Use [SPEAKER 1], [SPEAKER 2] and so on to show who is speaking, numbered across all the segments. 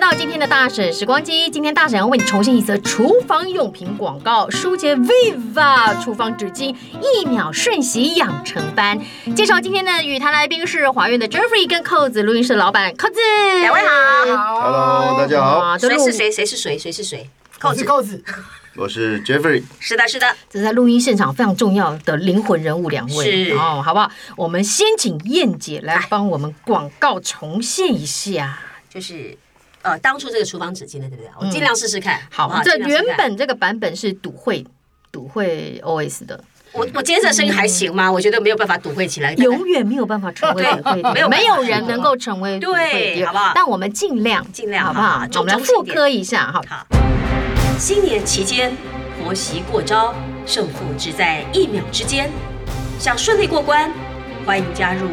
[SPEAKER 1] 到今天的大婶时光机，今天大婶要为你重现一则厨房用品广告，书接 Viva 厨房纸巾一秒瞬息养成班。介绍今天的语谈来宾是华苑的 Jeffrey 跟扣子录音室的老板扣子，
[SPEAKER 2] 两位好，
[SPEAKER 3] Hello，大家好，
[SPEAKER 1] 哇这
[SPEAKER 2] 谁
[SPEAKER 1] 录
[SPEAKER 2] 是谁？谁是谁？谁是谁？扣
[SPEAKER 4] 我
[SPEAKER 2] 子
[SPEAKER 4] 是，扣子，
[SPEAKER 3] 我是 Jeffrey。
[SPEAKER 2] 是的，是的，
[SPEAKER 1] 这是在录音现场非常重要的灵魂人物两位
[SPEAKER 2] 是
[SPEAKER 1] 哦，好不好？我们先请燕姐来帮我们广告重现一下。
[SPEAKER 2] 就是呃，当初这个厨房纸巾的，对不对？我尽量试试看，不
[SPEAKER 1] 好，这
[SPEAKER 2] 尽量试
[SPEAKER 1] 原
[SPEAKER 2] 试看
[SPEAKER 1] 本这个版本是赌会赌会 OS 的，
[SPEAKER 2] 我我今天这声音还行吗？我觉得没有办法赌会起来，大概
[SPEAKER 1] 永远没有办法成为
[SPEAKER 2] 对
[SPEAKER 1] 赌会的，
[SPEAKER 2] 没有办法
[SPEAKER 1] 没有人能够成为赌会的
[SPEAKER 2] 对好不好
[SPEAKER 1] 但我们尽量
[SPEAKER 2] 尽量
[SPEAKER 1] 好不好
[SPEAKER 2] 好？
[SPEAKER 1] 我们来
[SPEAKER 2] 中性
[SPEAKER 1] 复
[SPEAKER 2] 一点
[SPEAKER 1] 刻一下哈。
[SPEAKER 2] 好，新年期间，婆媳过招，胜负只在一秒之间。想顺利过关，欢迎加入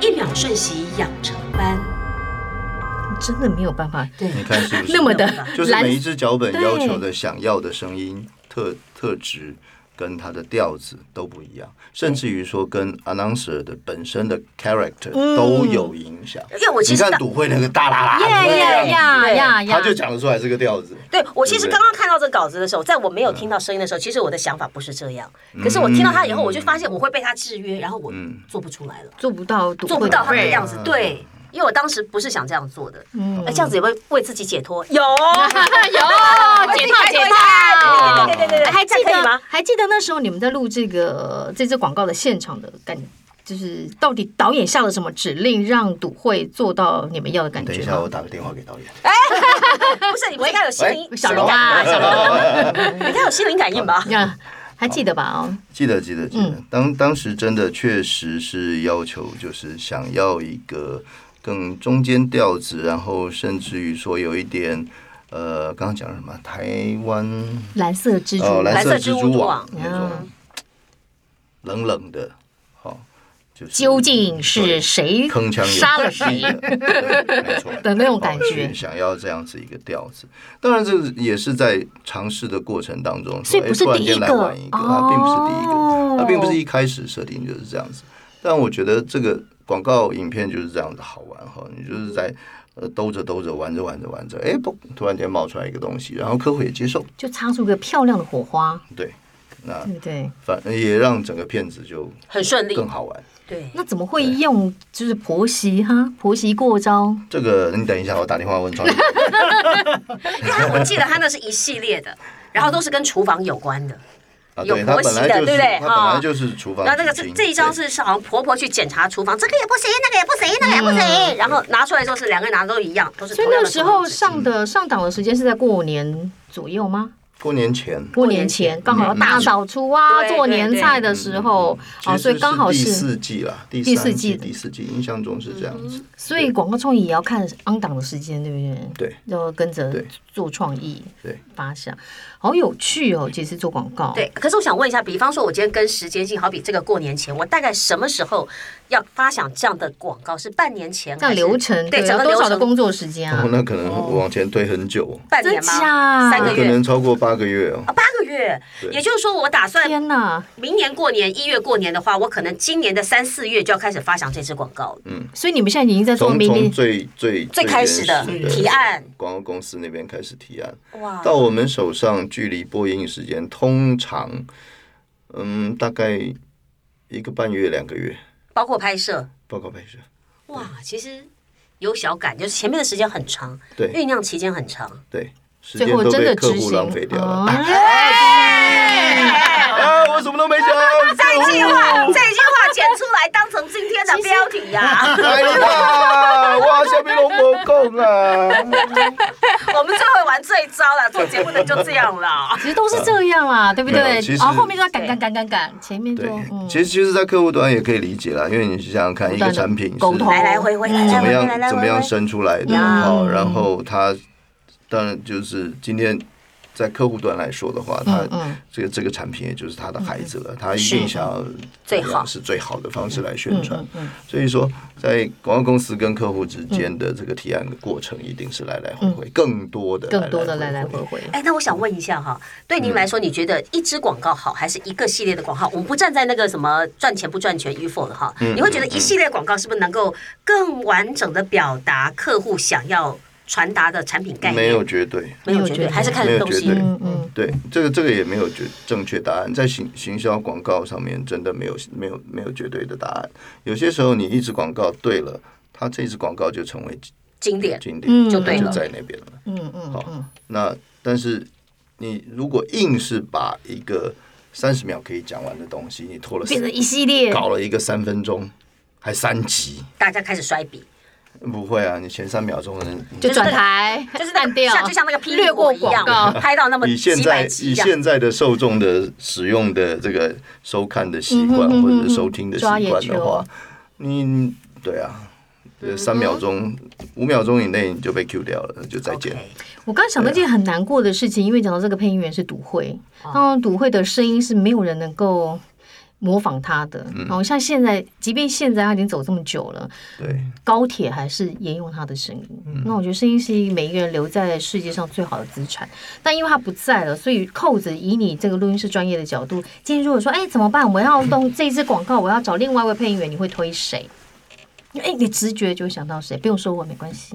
[SPEAKER 2] 一秒瞬息养成班。
[SPEAKER 1] 真的没有办法
[SPEAKER 2] 对，
[SPEAKER 3] 你看是不是？
[SPEAKER 1] 那么的
[SPEAKER 3] 就是
[SPEAKER 1] 蓝
[SPEAKER 3] 每一只脚本要求的想要的声音特特质跟它的调子都不一样，甚至于说跟 announcer 的本身的 character 都有影响。
[SPEAKER 2] 因为我其
[SPEAKER 3] 你
[SPEAKER 2] 实
[SPEAKER 3] 看赌会那个大啦啦，
[SPEAKER 1] 呀呀呀呀呀，
[SPEAKER 3] 他就讲得出来这个调子。
[SPEAKER 2] 对我其实
[SPEAKER 3] 对不对
[SPEAKER 2] 刚刚看到这稿子的时候，在我没有听到声音的时候，其实我的想法不是这样。可是我听到它以后，我就发现我会被它制约，然后我
[SPEAKER 3] 嗯
[SPEAKER 2] 做不出来了，
[SPEAKER 1] 做不到赌会
[SPEAKER 2] 做不到它的样子
[SPEAKER 3] 嗯。
[SPEAKER 2] 对，因为我当时不是想这样做的。
[SPEAKER 1] 嗯
[SPEAKER 2] 那这样子也会为自己解脱。有
[SPEAKER 1] 有解套解套。
[SPEAKER 2] 对对对对对对，
[SPEAKER 1] 还记
[SPEAKER 2] 这样可以吗
[SPEAKER 1] 得？还记得那时候你们在录这个这支广告的现场的感，就是到底导演下了什么指令，让赌会做到你们要的感
[SPEAKER 3] 等一
[SPEAKER 1] 觉
[SPEAKER 3] 下，
[SPEAKER 1] 吗
[SPEAKER 3] 我？打个电话给导演。
[SPEAKER 2] 不是，我应该有心灵
[SPEAKER 3] 喂
[SPEAKER 1] 小
[SPEAKER 2] 心
[SPEAKER 1] 龙
[SPEAKER 2] 灵
[SPEAKER 1] 啊，
[SPEAKER 2] 感
[SPEAKER 1] 小龙，
[SPEAKER 2] 应该有心灵感应 吧？
[SPEAKER 1] 呀，还记得吧？哦，
[SPEAKER 3] 记得记得记
[SPEAKER 1] 嗯
[SPEAKER 3] 得，当当时真的确实是要求，就是想要一个更中间调子，然后甚至于说有一点，呃，刚刚讲什么台湾
[SPEAKER 1] 蓝色蜘蛛
[SPEAKER 3] 哦，蓝
[SPEAKER 2] 蓝
[SPEAKER 3] 色
[SPEAKER 2] 色
[SPEAKER 3] 蜘
[SPEAKER 2] 蜘
[SPEAKER 3] 蛛
[SPEAKER 2] 蛛
[SPEAKER 3] 网
[SPEAKER 2] 网
[SPEAKER 3] 那
[SPEAKER 1] 嗯
[SPEAKER 3] 种冷冷的，哦，就是
[SPEAKER 1] 究竟是谁
[SPEAKER 3] 对铿锵有力
[SPEAKER 1] 杀了谁
[SPEAKER 3] 的？对没错。
[SPEAKER 1] 的那种感觉
[SPEAKER 3] 哦去？想要这样子一个调子，当然这个也是在尝试的过程当中，
[SPEAKER 1] 所以
[SPEAKER 3] 说
[SPEAKER 1] 不
[SPEAKER 3] 哎
[SPEAKER 1] 是
[SPEAKER 3] 突然
[SPEAKER 1] 第
[SPEAKER 3] 间
[SPEAKER 1] 一
[SPEAKER 3] 来
[SPEAKER 1] 个
[SPEAKER 3] 玩一个，它并不是第一
[SPEAKER 1] 哦
[SPEAKER 3] 个，它并不是一开始设定就是这样子。但我觉得这个广告影片就是这样子好玩哈，你就是在呃兜着兜着玩着玩着玩着，哎，不，突然间冒出来一个东西，然后客户也接受，
[SPEAKER 1] 就擦出个漂亮的火花，
[SPEAKER 3] 对，那
[SPEAKER 1] 对不对？
[SPEAKER 3] 反也让整个片子就
[SPEAKER 2] 很顺利
[SPEAKER 3] 更。好玩。
[SPEAKER 2] 对，
[SPEAKER 1] 那怎么会用就是婆媳哈？婆媳过招，
[SPEAKER 3] 这个你等一下，我打电话问创意。
[SPEAKER 2] 因为它我记得它那是一系列的，然后都是跟厨房有关的。
[SPEAKER 3] 啊，
[SPEAKER 2] 有
[SPEAKER 3] 对，它
[SPEAKER 2] 婆
[SPEAKER 3] 本
[SPEAKER 2] 媳
[SPEAKER 3] 来
[SPEAKER 2] 的
[SPEAKER 3] 就是
[SPEAKER 2] 对不对
[SPEAKER 3] 它本来
[SPEAKER 2] 哦
[SPEAKER 3] 就是厨房纸
[SPEAKER 2] 然
[SPEAKER 3] 巾。
[SPEAKER 2] 后那个这这一张
[SPEAKER 3] 对
[SPEAKER 2] 是是好像婆婆去检查厨房，这个也不行，那个也不行，那个也不行，然后拿出来之后是两个人拿的都一样，都是
[SPEAKER 1] 嗯所
[SPEAKER 2] 同
[SPEAKER 1] 以
[SPEAKER 2] 样
[SPEAKER 1] 那
[SPEAKER 2] 的
[SPEAKER 1] 时
[SPEAKER 2] 厨房
[SPEAKER 1] 候
[SPEAKER 2] 纸巾。
[SPEAKER 1] 上的上档的时间是在过年左右吗？
[SPEAKER 3] 过年前。
[SPEAKER 1] 过年前刚好要大扫除啊，
[SPEAKER 2] 嗯
[SPEAKER 1] 做年菜的时候啊，
[SPEAKER 3] 嗯其
[SPEAKER 1] 所以
[SPEAKER 3] 实
[SPEAKER 1] 刚好
[SPEAKER 3] 第
[SPEAKER 1] 是，
[SPEAKER 3] 四季啦，第
[SPEAKER 1] 第
[SPEAKER 3] 三
[SPEAKER 1] 四季嗯
[SPEAKER 3] 第四季，印象中是这样子。
[SPEAKER 1] 所以广告创意也要看 on 档的时间，对不对？
[SPEAKER 3] 对，
[SPEAKER 1] 要跟着
[SPEAKER 3] 对
[SPEAKER 1] 做创意，
[SPEAKER 3] 对，
[SPEAKER 1] 发想，好有趣哦！其实做广告，
[SPEAKER 2] 对，可是我想问一下，比方说，我今天跟时间性，好比这个过年前，我大概什么时候要发想这样的广告？是半年前还是？
[SPEAKER 1] 这样流程
[SPEAKER 2] 对，整
[SPEAKER 1] 要
[SPEAKER 2] 个
[SPEAKER 1] 多
[SPEAKER 2] 流
[SPEAKER 1] 少的
[SPEAKER 2] 程
[SPEAKER 1] 工作时间
[SPEAKER 3] 然
[SPEAKER 1] 啊
[SPEAKER 3] 后？那可能往前推很久，
[SPEAKER 2] 半年
[SPEAKER 1] 真假
[SPEAKER 2] 吗？三个
[SPEAKER 3] 可
[SPEAKER 2] 月
[SPEAKER 3] 能超过八个月哦
[SPEAKER 2] 啊，。八个月。
[SPEAKER 3] 对
[SPEAKER 2] 也就是说，我打算
[SPEAKER 1] 天哪！
[SPEAKER 2] 明年过年一月过年的话，我可能今年的三四月就要开始发想这支广告了。
[SPEAKER 1] 所以你们现在已经在做
[SPEAKER 3] 从
[SPEAKER 1] 明
[SPEAKER 3] 从
[SPEAKER 1] 年
[SPEAKER 3] 最最
[SPEAKER 2] 最开始的
[SPEAKER 3] 原
[SPEAKER 2] 提案
[SPEAKER 3] 广告公司那边开始提案，
[SPEAKER 2] 哇
[SPEAKER 3] 到我们手上距离播映时间通常，嗯，大概一个半月两个月，
[SPEAKER 2] 包括拍摄，
[SPEAKER 3] 报告拍摄。
[SPEAKER 2] 哇，其实有小感，就是前面的时间很长，
[SPEAKER 3] 对
[SPEAKER 2] 酝酿期间很长。
[SPEAKER 3] 对，时间
[SPEAKER 1] 最后
[SPEAKER 3] 都
[SPEAKER 1] 真
[SPEAKER 3] 被
[SPEAKER 1] 的
[SPEAKER 3] 客
[SPEAKER 1] 执
[SPEAKER 3] 户
[SPEAKER 1] 行哦
[SPEAKER 3] 浪费掉 了。
[SPEAKER 1] 哎
[SPEAKER 3] 啊，我什么都没讲。
[SPEAKER 2] 这一句话，这一句话剪出来当成今天的标题 呀、
[SPEAKER 3] 哎呀，我什么都没讲啊！
[SPEAKER 2] 我们最会玩最糟了，做节目的就这样了。
[SPEAKER 1] 其实都是这样啦，对不
[SPEAKER 3] 没
[SPEAKER 1] 对哦
[SPEAKER 3] 有其？实
[SPEAKER 1] 然后后面就要赶赶赶赶赶，前面就
[SPEAKER 3] 对
[SPEAKER 1] 嗯，
[SPEAKER 3] 其实其实，在客户端也可以理解啦，因为你想想看，一个产品是
[SPEAKER 1] 沟通
[SPEAKER 2] 来来回回，来来
[SPEAKER 3] 怎么
[SPEAKER 2] 回回，来
[SPEAKER 3] 样
[SPEAKER 2] 来
[SPEAKER 3] 怎么
[SPEAKER 2] 回
[SPEAKER 3] 样
[SPEAKER 2] 回。
[SPEAKER 3] 生出来的，
[SPEAKER 2] 嗯
[SPEAKER 3] 好，然后它当然就是今天。在客户端来说的话，它
[SPEAKER 1] 嗯
[SPEAKER 3] 这个这个产品也就是他的孩子了，他一定想要
[SPEAKER 2] 最好
[SPEAKER 3] 是最好的方式来宣传
[SPEAKER 1] 嗯。嗯
[SPEAKER 3] 所以说，在广告公司跟客户之间的这个提案的过程，一定是来来回回，更多的
[SPEAKER 1] 更多的来
[SPEAKER 3] 来
[SPEAKER 1] 来
[SPEAKER 3] 回
[SPEAKER 1] 回回。
[SPEAKER 2] 哎，那我想问一下哈，对您来说，你觉得一支广告好，还是一个系列的广告？我们不站在那个什么赚钱不赚钱与否的
[SPEAKER 3] 嗯
[SPEAKER 2] 哈，你会觉得一系列广告是不是能够更完整的表达客户想要传达的产品概念，
[SPEAKER 3] 没有绝对，
[SPEAKER 2] 没
[SPEAKER 1] 没
[SPEAKER 2] 有绝
[SPEAKER 1] 有绝对
[SPEAKER 2] 对，还是看
[SPEAKER 3] 没
[SPEAKER 2] 人
[SPEAKER 3] 有
[SPEAKER 2] 动
[SPEAKER 3] 绝
[SPEAKER 2] 心
[SPEAKER 3] 对。
[SPEAKER 1] 嗯嗯，
[SPEAKER 3] 对，这个这个也没有绝正确答案，在行行销广告上面真的没有没有没有绝对的答案。有些时候你一支广告对了，它这支广告就成为
[SPEAKER 2] 经典。
[SPEAKER 3] 经
[SPEAKER 1] 嗯
[SPEAKER 3] 典，
[SPEAKER 1] 就
[SPEAKER 3] 它
[SPEAKER 2] 对
[SPEAKER 3] 就
[SPEAKER 2] 了
[SPEAKER 3] 在那边了。
[SPEAKER 1] 嗯嗯嗯，
[SPEAKER 3] 那但是你如果硬是把一个三十秒可以讲完的东西，你拖了
[SPEAKER 1] 变成一系列，
[SPEAKER 3] 搞了一个三分钟，还三集，
[SPEAKER 2] 大家开始摔笔，
[SPEAKER 3] 不会啊，你前三秒钟的人。
[SPEAKER 1] 就转台，
[SPEAKER 2] 就是
[SPEAKER 1] 淡掉，
[SPEAKER 2] 像就像那个霹雳
[SPEAKER 1] 略过
[SPEAKER 2] 火一样
[SPEAKER 1] 广 告，
[SPEAKER 2] 拍到那么
[SPEAKER 3] 以现
[SPEAKER 2] 几
[SPEAKER 3] 在
[SPEAKER 2] 百
[SPEAKER 3] 以
[SPEAKER 2] 集这样。
[SPEAKER 3] 现在的受众的使用的这个收看的习惯
[SPEAKER 1] 嗯哼
[SPEAKER 3] 或
[SPEAKER 1] 嗯
[SPEAKER 3] 者
[SPEAKER 1] 哼
[SPEAKER 3] 是收听的习
[SPEAKER 1] 抓
[SPEAKER 3] 惯
[SPEAKER 1] 眼球
[SPEAKER 3] 的话，你对啊，这三秒钟、五秒钟以内你就被 Q 掉了，就再见。
[SPEAKER 2] 啊 OK
[SPEAKER 1] 我刚想到一件很难过的事情，因为讲到这个配音员是赌会，
[SPEAKER 2] 啊
[SPEAKER 1] 然后赌会的声音是没有人能够模仿他的。
[SPEAKER 3] 嗯
[SPEAKER 1] 然后像现在，即便现在他已经走这么久了，
[SPEAKER 3] 对，
[SPEAKER 1] 高铁还是沿用他的声音。那我觉得声音是每一个人留在世界上最好的资产。但因为他不在了，所以扣子以你这个录音师专业的角度，今天如果说，哎，怎么办？我要弄这一支广告，我要找另外一位配音员，你会推谁？哎，你直觉就会想到谁，不用说我没关系。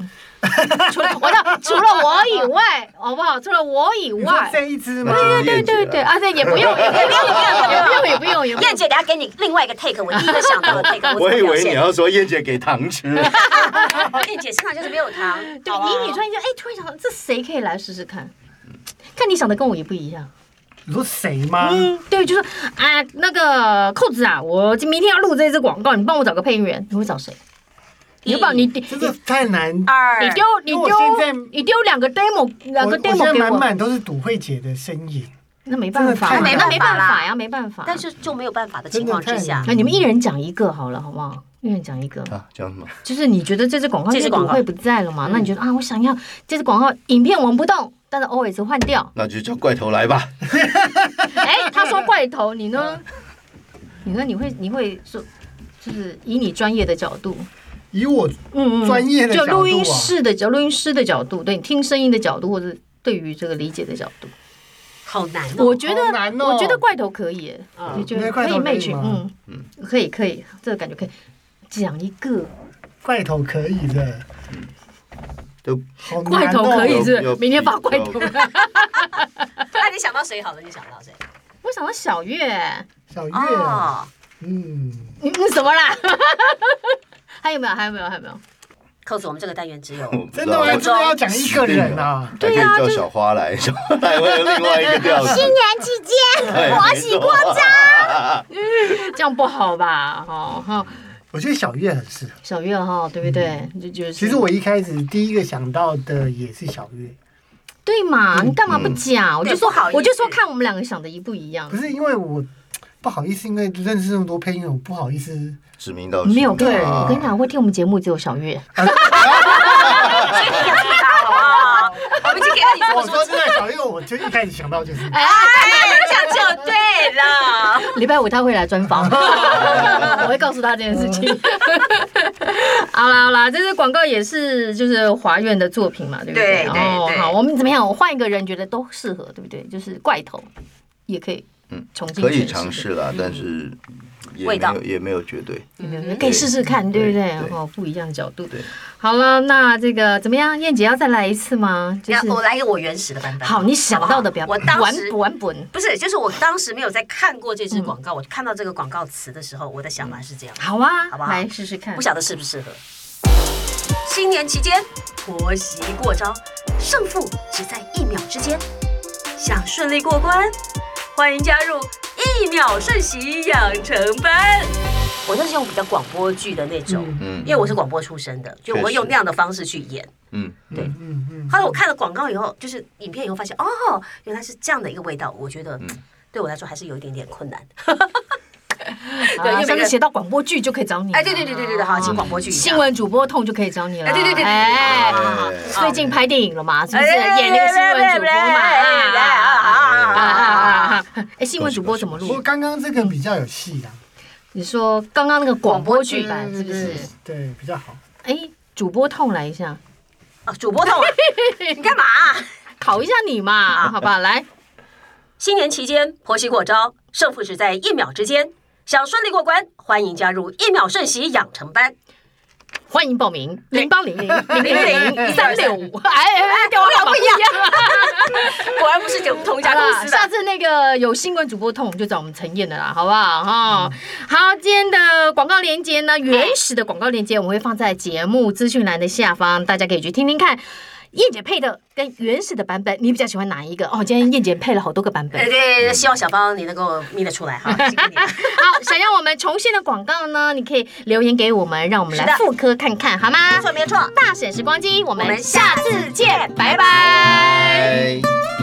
[SPEAKER 1] 除了我的，除了我以外，好不好？除了我以
[SPEAKER 4] 你说
[SPEAKER 1] 外，
[SPEAKER 4] 这一只吗？
[SPEAKER 3] 对
[SPEAKER 1] 对对对，啊，对，也不用，也不用，也不用，也不用，也不
[SPEAKER 2] 燕
[SPEAKER 1] 用。
[SPEAKER 2] 姐，等下给你另外一个 take，我第一个想到的 take，
[SPEAKER 3] 我以为你
[SPEAKER 2] 要
[SPEAKER 3] 要说燕姐给糖 吃，
[SPEAKER 2] 燕姐身上就是没有糖，
[SPEAKER 1] 对，
[SPEAKER 2] 好不好
[SPEAKER 1] 以你专业，哎，突然想到这谁可以来试试看？看你想的跟我也不一样。
[SPEAKER 4] 你说谁吗？
[SPEAKER 1] 嗯，对，就是啊，那个扣子啊，我明天要录这支广告，你帮我找个配音员，你会找谁？你
[SPEAKER 4] 哎
[SPEAKER 1] 会帮你你
[SPEAKER 4] 真的太难，
[SPEAKER 2] 二，
[SPEAKER 1] 你丢你
[SPEAKER 4] 哎因为我
[SPEAKER 1] 丢
[SPEAKER 4] 现在
[SPEAKER 1] 你丢两个 demo
[SPEAKER 4] 我
[SPEAKER 1] 两
[SPEAKER 4] 我
[SPEAKER 1] 个
[SPEAKER 4] 现
[SPEAKER 1] demo
[SPEAKER 4] 在
[SPEAKER 1] 给
[SPEAKER 4] 满
[SPEAKER 1] 我，
[SPEAKER 4] 满都是赌慧姐的身影，
[SPEAKER 1] 那没办法
[SPEAKER 4] 真
[SPEAKER 1] 嘛，
[SPEAKER 4] 的太
[SPEAKER 1] 那没办
[SPEAKER 2] 难了
[SPEAKER 1] 法呀，没办法。
[SPEAKER 2] 但是就没有办法的情况之
[SPEAKER 4] 真的太
[SPEAKER 2] 下
[SPEAKER 4] 难，
[SPEAKER 1] 那你们一人讲一个好了，好不好？一人讲一个，
[SPEAKER 3] 啊，讲什么？。
[SPEAKER 1] 就是你觉得这支广告
[SPEAKER 2] 这
[SPEAKER 1] 因
[SPEAKER 2] 支
[SPEAKER 1] 为
[SPEAKER 2] 广
[SPEAKER 1] 股
[SPEAKER 2] 告
[SPEAKER 1] 会不在了嘛？
[SPEAKER 4] 嗯
[SPEAKER 1] 那你觉得啊，我想要这支广告影片纹不动，但是 always 换掉
[SPEAKER 3] 那就叫怪头来吧。
[SPEAKER 1] 哎，他说怪头，你呢？你呢？你会你会说，就是以你专业的角度，
[SPEAKER 4] 以我
[SPEAKER 1] 嗯嗯，
[SPEAKER 4] 专业的
[SPEAKER 1] 就
[SPEAKER 4] 角度啊
[SPEAKER 1] 录音室的角，录音师的角度，对你听声音的角度，或者对于这个理解的角度，
[SPEAKER 2] 好难哦。
[SPEAKER 1] 我觉得
[SPEAKER 4] 好难哦
[SPEAKER 1] 我觉得怪头可以耶，
[SPEAKER 2] 嗯
[SPEAKER 1] 你觉
[SPEAKER 4] 你
[SPEAKER 1] 得
[SPEAKER 4] 觉得怪
[SPEAKER 1] 啊可以
[SPEAKER 4] 头可以
[SPEAKER 1] match，嗯
[SPEAKER 4] 吗
[SPEAKER 1] 嗯，可以可以，这个感觉可以。讲一个
[SPEAKER 4] 怪头可以的，
[SPEAKER 3] 都
[SPEAKER 4] 好难哦
[SPEAKER 1] 怪头可以是不
[SPEAKER 3] 有
[SPEAKER 1] 是
[SPEAKER 3] 有
[SPEAKER 1] 明天把怪头
[SPEAKER 3] 有。
[SPEAKER 2] 那你想到谁好了？你想到谁？
[SPEAKER 1] 我想到小月，
[SPEAKER 4] 小月，
[SPEAKER 2] 哦，
[SPEAKER 4] 嗯，
[SPEAKER 1] 嗯，什么啦？ 还有没有？还有没有？还有没有？
[SPEAKER 2] 扣子，我们这个单元只 有
[SPEAKER 3] 我不知
[SPEAKER 4] 真
[SPEAKER 3] 道
[SPEAKER 4] 的吗？
[SPEAKER 3] 我
[SPEAKER 4] 真的要讲一个人啊？
[SPEAKER 3] 还可以
[SPEAKER 1] 对啊
[SPEAKER 3] 叫
[SPEAKER 1] 就是
[SPEAKER 3] 小花 来，小花来会有另外一个调哎子。
[SPEAKER 1] 年期间
[SPEAKER 3] 我洗过
[SPEAKER 1] 哎
[SPEAKER 3] 澡。
[SPEAKER 1] 这样不好吧？哦，哈，
[SPEAKER 4] 我觉得小月很适合。
[SPEAKER 1] 小月哈，对不对？就就是
[SPEAKER 4] 嗯其实我一开始第一个想到的也是小月，
[SPEAKER 1] 对嘛，你干嘛不讲？我就说
[SPEAKER 2] 对不好意思
[SPEAKER 1] 我就说看我们两个想的一不一样
[SPEAKER 4] 不。是因为我不好意思，因为认识那么多配音员，我不好意思。
[SPEAKER 3] 指名道姓。
[SPEAKER 1] 没有，
[SPEAKER 4] 对
[SPEAKER 1] 我跟你讲，会听我们节目只有小 月。
[SPEAKER 2] 好 不好？哦我们今天你
[SPEAKER 4] 啊我说真的，小月，我就一开始想到 就是
[SPEAKER 1] 哎，
[SPEAKER 2] 这样就对了。
[SPEAKER 1] 礼拜五他会来专 访，我会告诉他这件事情。好啦好啦，这支广告也是就是华苑的作品嘛，对不
[SPEAKER 2] 对对
[SPEAKER 1] 哦，
[SPEAKER 2] 对
[SPEAKER 1] 好，我们怎么样？我换一个人，觉得都适合，对不对？就是怪头也可以，嗯
[SPEAKER 3] 嗯，
[SPEAKER 1] 重新
[SPEAKER 3] 可以
[SPEAKER 1] 诠释
[SPEAKER 3] 尝试啦，但是也
[SPEAKER 2] 味
[SPEAKER 3] 没
[SPEAKER 2] 道
[SPEAKER 3] 有也没有绝对。
[SPEAKER 1] 有没
[SPEAKER 2] 嗯
[SPEAKER 1] 有可以试试看，对
[SPEAKER 3] 对
[SPEAKER 1] 不对
[SPEAKER 3] 对？对
[SPEAKER 1] 哦，不一样的角度
[SPEAKER 3] 对。
[SPEAKER 1] 好了，那这个怎么样？燕姐要再来一次吗？就
[SPEAKER 2] 那
[SPEAKER 1] 是
[SPEAKER 2] 我来一个我原始的版本。
[SPEAKER 1] 好，你想到的不要
[SPEAKER 2] 我当
[SPEAKER 1] 玩
[SPEAKER 2] 时
[SPEAKER 1] 不玩本。
[SPEAKER 2] 不是，就是我当时没有在看过这支广告，我看到这个广告词的时候，我的想法是这样，
[SPEAKER 1] 好啊
[SPEAKER 2] 好不，好
[SPEAKER 1] 来试试看
[SPEAKER 2] 不。晓得适不适合。新年期间，婆媳过招，胜负只在一秒之间。想顺利过关，欢迎加入一秒瞬息养成班。我就是用比较广播剧的那种，
[SPEAKER 3] 嗯
[SPEAKER 2] 因为我是广播出身的，就我会用那样的方式去演。
[SPEAKER 3] 嗯，
[SPEAKER 2] 对，
[SPEAKER 4] 嗯嗯，
[SPEAKER 2] 后来我看了广告以后，就是影片以后发现，哦，原来是这样的一个味道。我觉得、对我来说还是有一点点困难。对因
[SPEAKER 1] 啊上
[SPEAKER 2] 为每
[SPEAKER 1] 次
[SPEAKER 2] 个
[SPEAKER 1] 写到广播剧就可以找你。
[SPEAKER 2] 哎，对对对对对对，好，请广播剧一下
[SPEAKER 1] 新。闻主播痛就可以找你了。
[SPEAKER 2] 哎，对对对对对，
[SPEAKER 1] 哎
[SPEAKER 2] 好好好好
[SPEAKER 1] 最近拍电影了嘛？是不是演那个新闻主播嘛？啊啊啊啊！啊哎，新闻主播怎么
[SPEAKER 4] 不过
[SPEAKER 1] 录？
[SPEAKER 4] 刚刚这个比较有戏啊，
[SPEAKER 1] 你说刚刚那个广播剧版是不是
[SPEAKER 4] 对？？对对，比较好。
[SPEAKER 1] 哎，主播痛来一下，
[SPEAKER 2] 哦，主播痛啊，你干嘛啊、
[SPEAKER 1] 考一下你嘛，好吧？来，
[SPEAKER 2] 新年期间，婆媳过招，胜负只在一秒之间。想顺利过关，欢迎加入一秒瞬息养成班。
[SPEAKER 1] 欢迎报名零八零零零零零三六五，哎
[SPEAKER 2] 哎
[SPEAKER 1] 哎，跟我爸爸不一样。
[SPEAKER 2] 果然不是同同
[SPEAKER 1] 好
[SPEAKER 2] 家公
[SPEAKER 1] 啦，
[SPEAKER 2] 司的
[SPEAKER 1] 下。次那个有新闻主播痛，我们就找我们陈燕的啦，好不好？
[SPEAKER 2] 嗯
[SPEAKER 1] 哈、好，今天的广告链接呢，原始的广告链接我们会放在节目资讯栏的下方，大家可以去听听看。燕姐配的跟原始的版本，你比较喜欢哪一个？哦，今天燕姐配了好多个版本
[SPEAKER 2] 呃，。 对，希望小芳你能够眯得出来哈，谢谢你。
[SPEAKER 1] 好，想要我们重现的广告呢，你可以留言给我们，让我们来
[SPEAKER 2] 是的
[SPEAKER 1] 复刻看看，好吗？
[SPEAKER 2] 没错没错，
[SPEAKER 1] 大婶时光机，我
[SPEAKER 2] 我
[SPEAKER 1] 们
[SPEAKER 2] 们
[SPEAKER 1] 下
[SPEAKER 2] 下
[SPEAKER 1] 次
[SPEAKER 2] 次见，
[SPEAKER 1] 拜拜。
[SPEAKER 2] 拜拜。
[SPEAKER 3] 拜。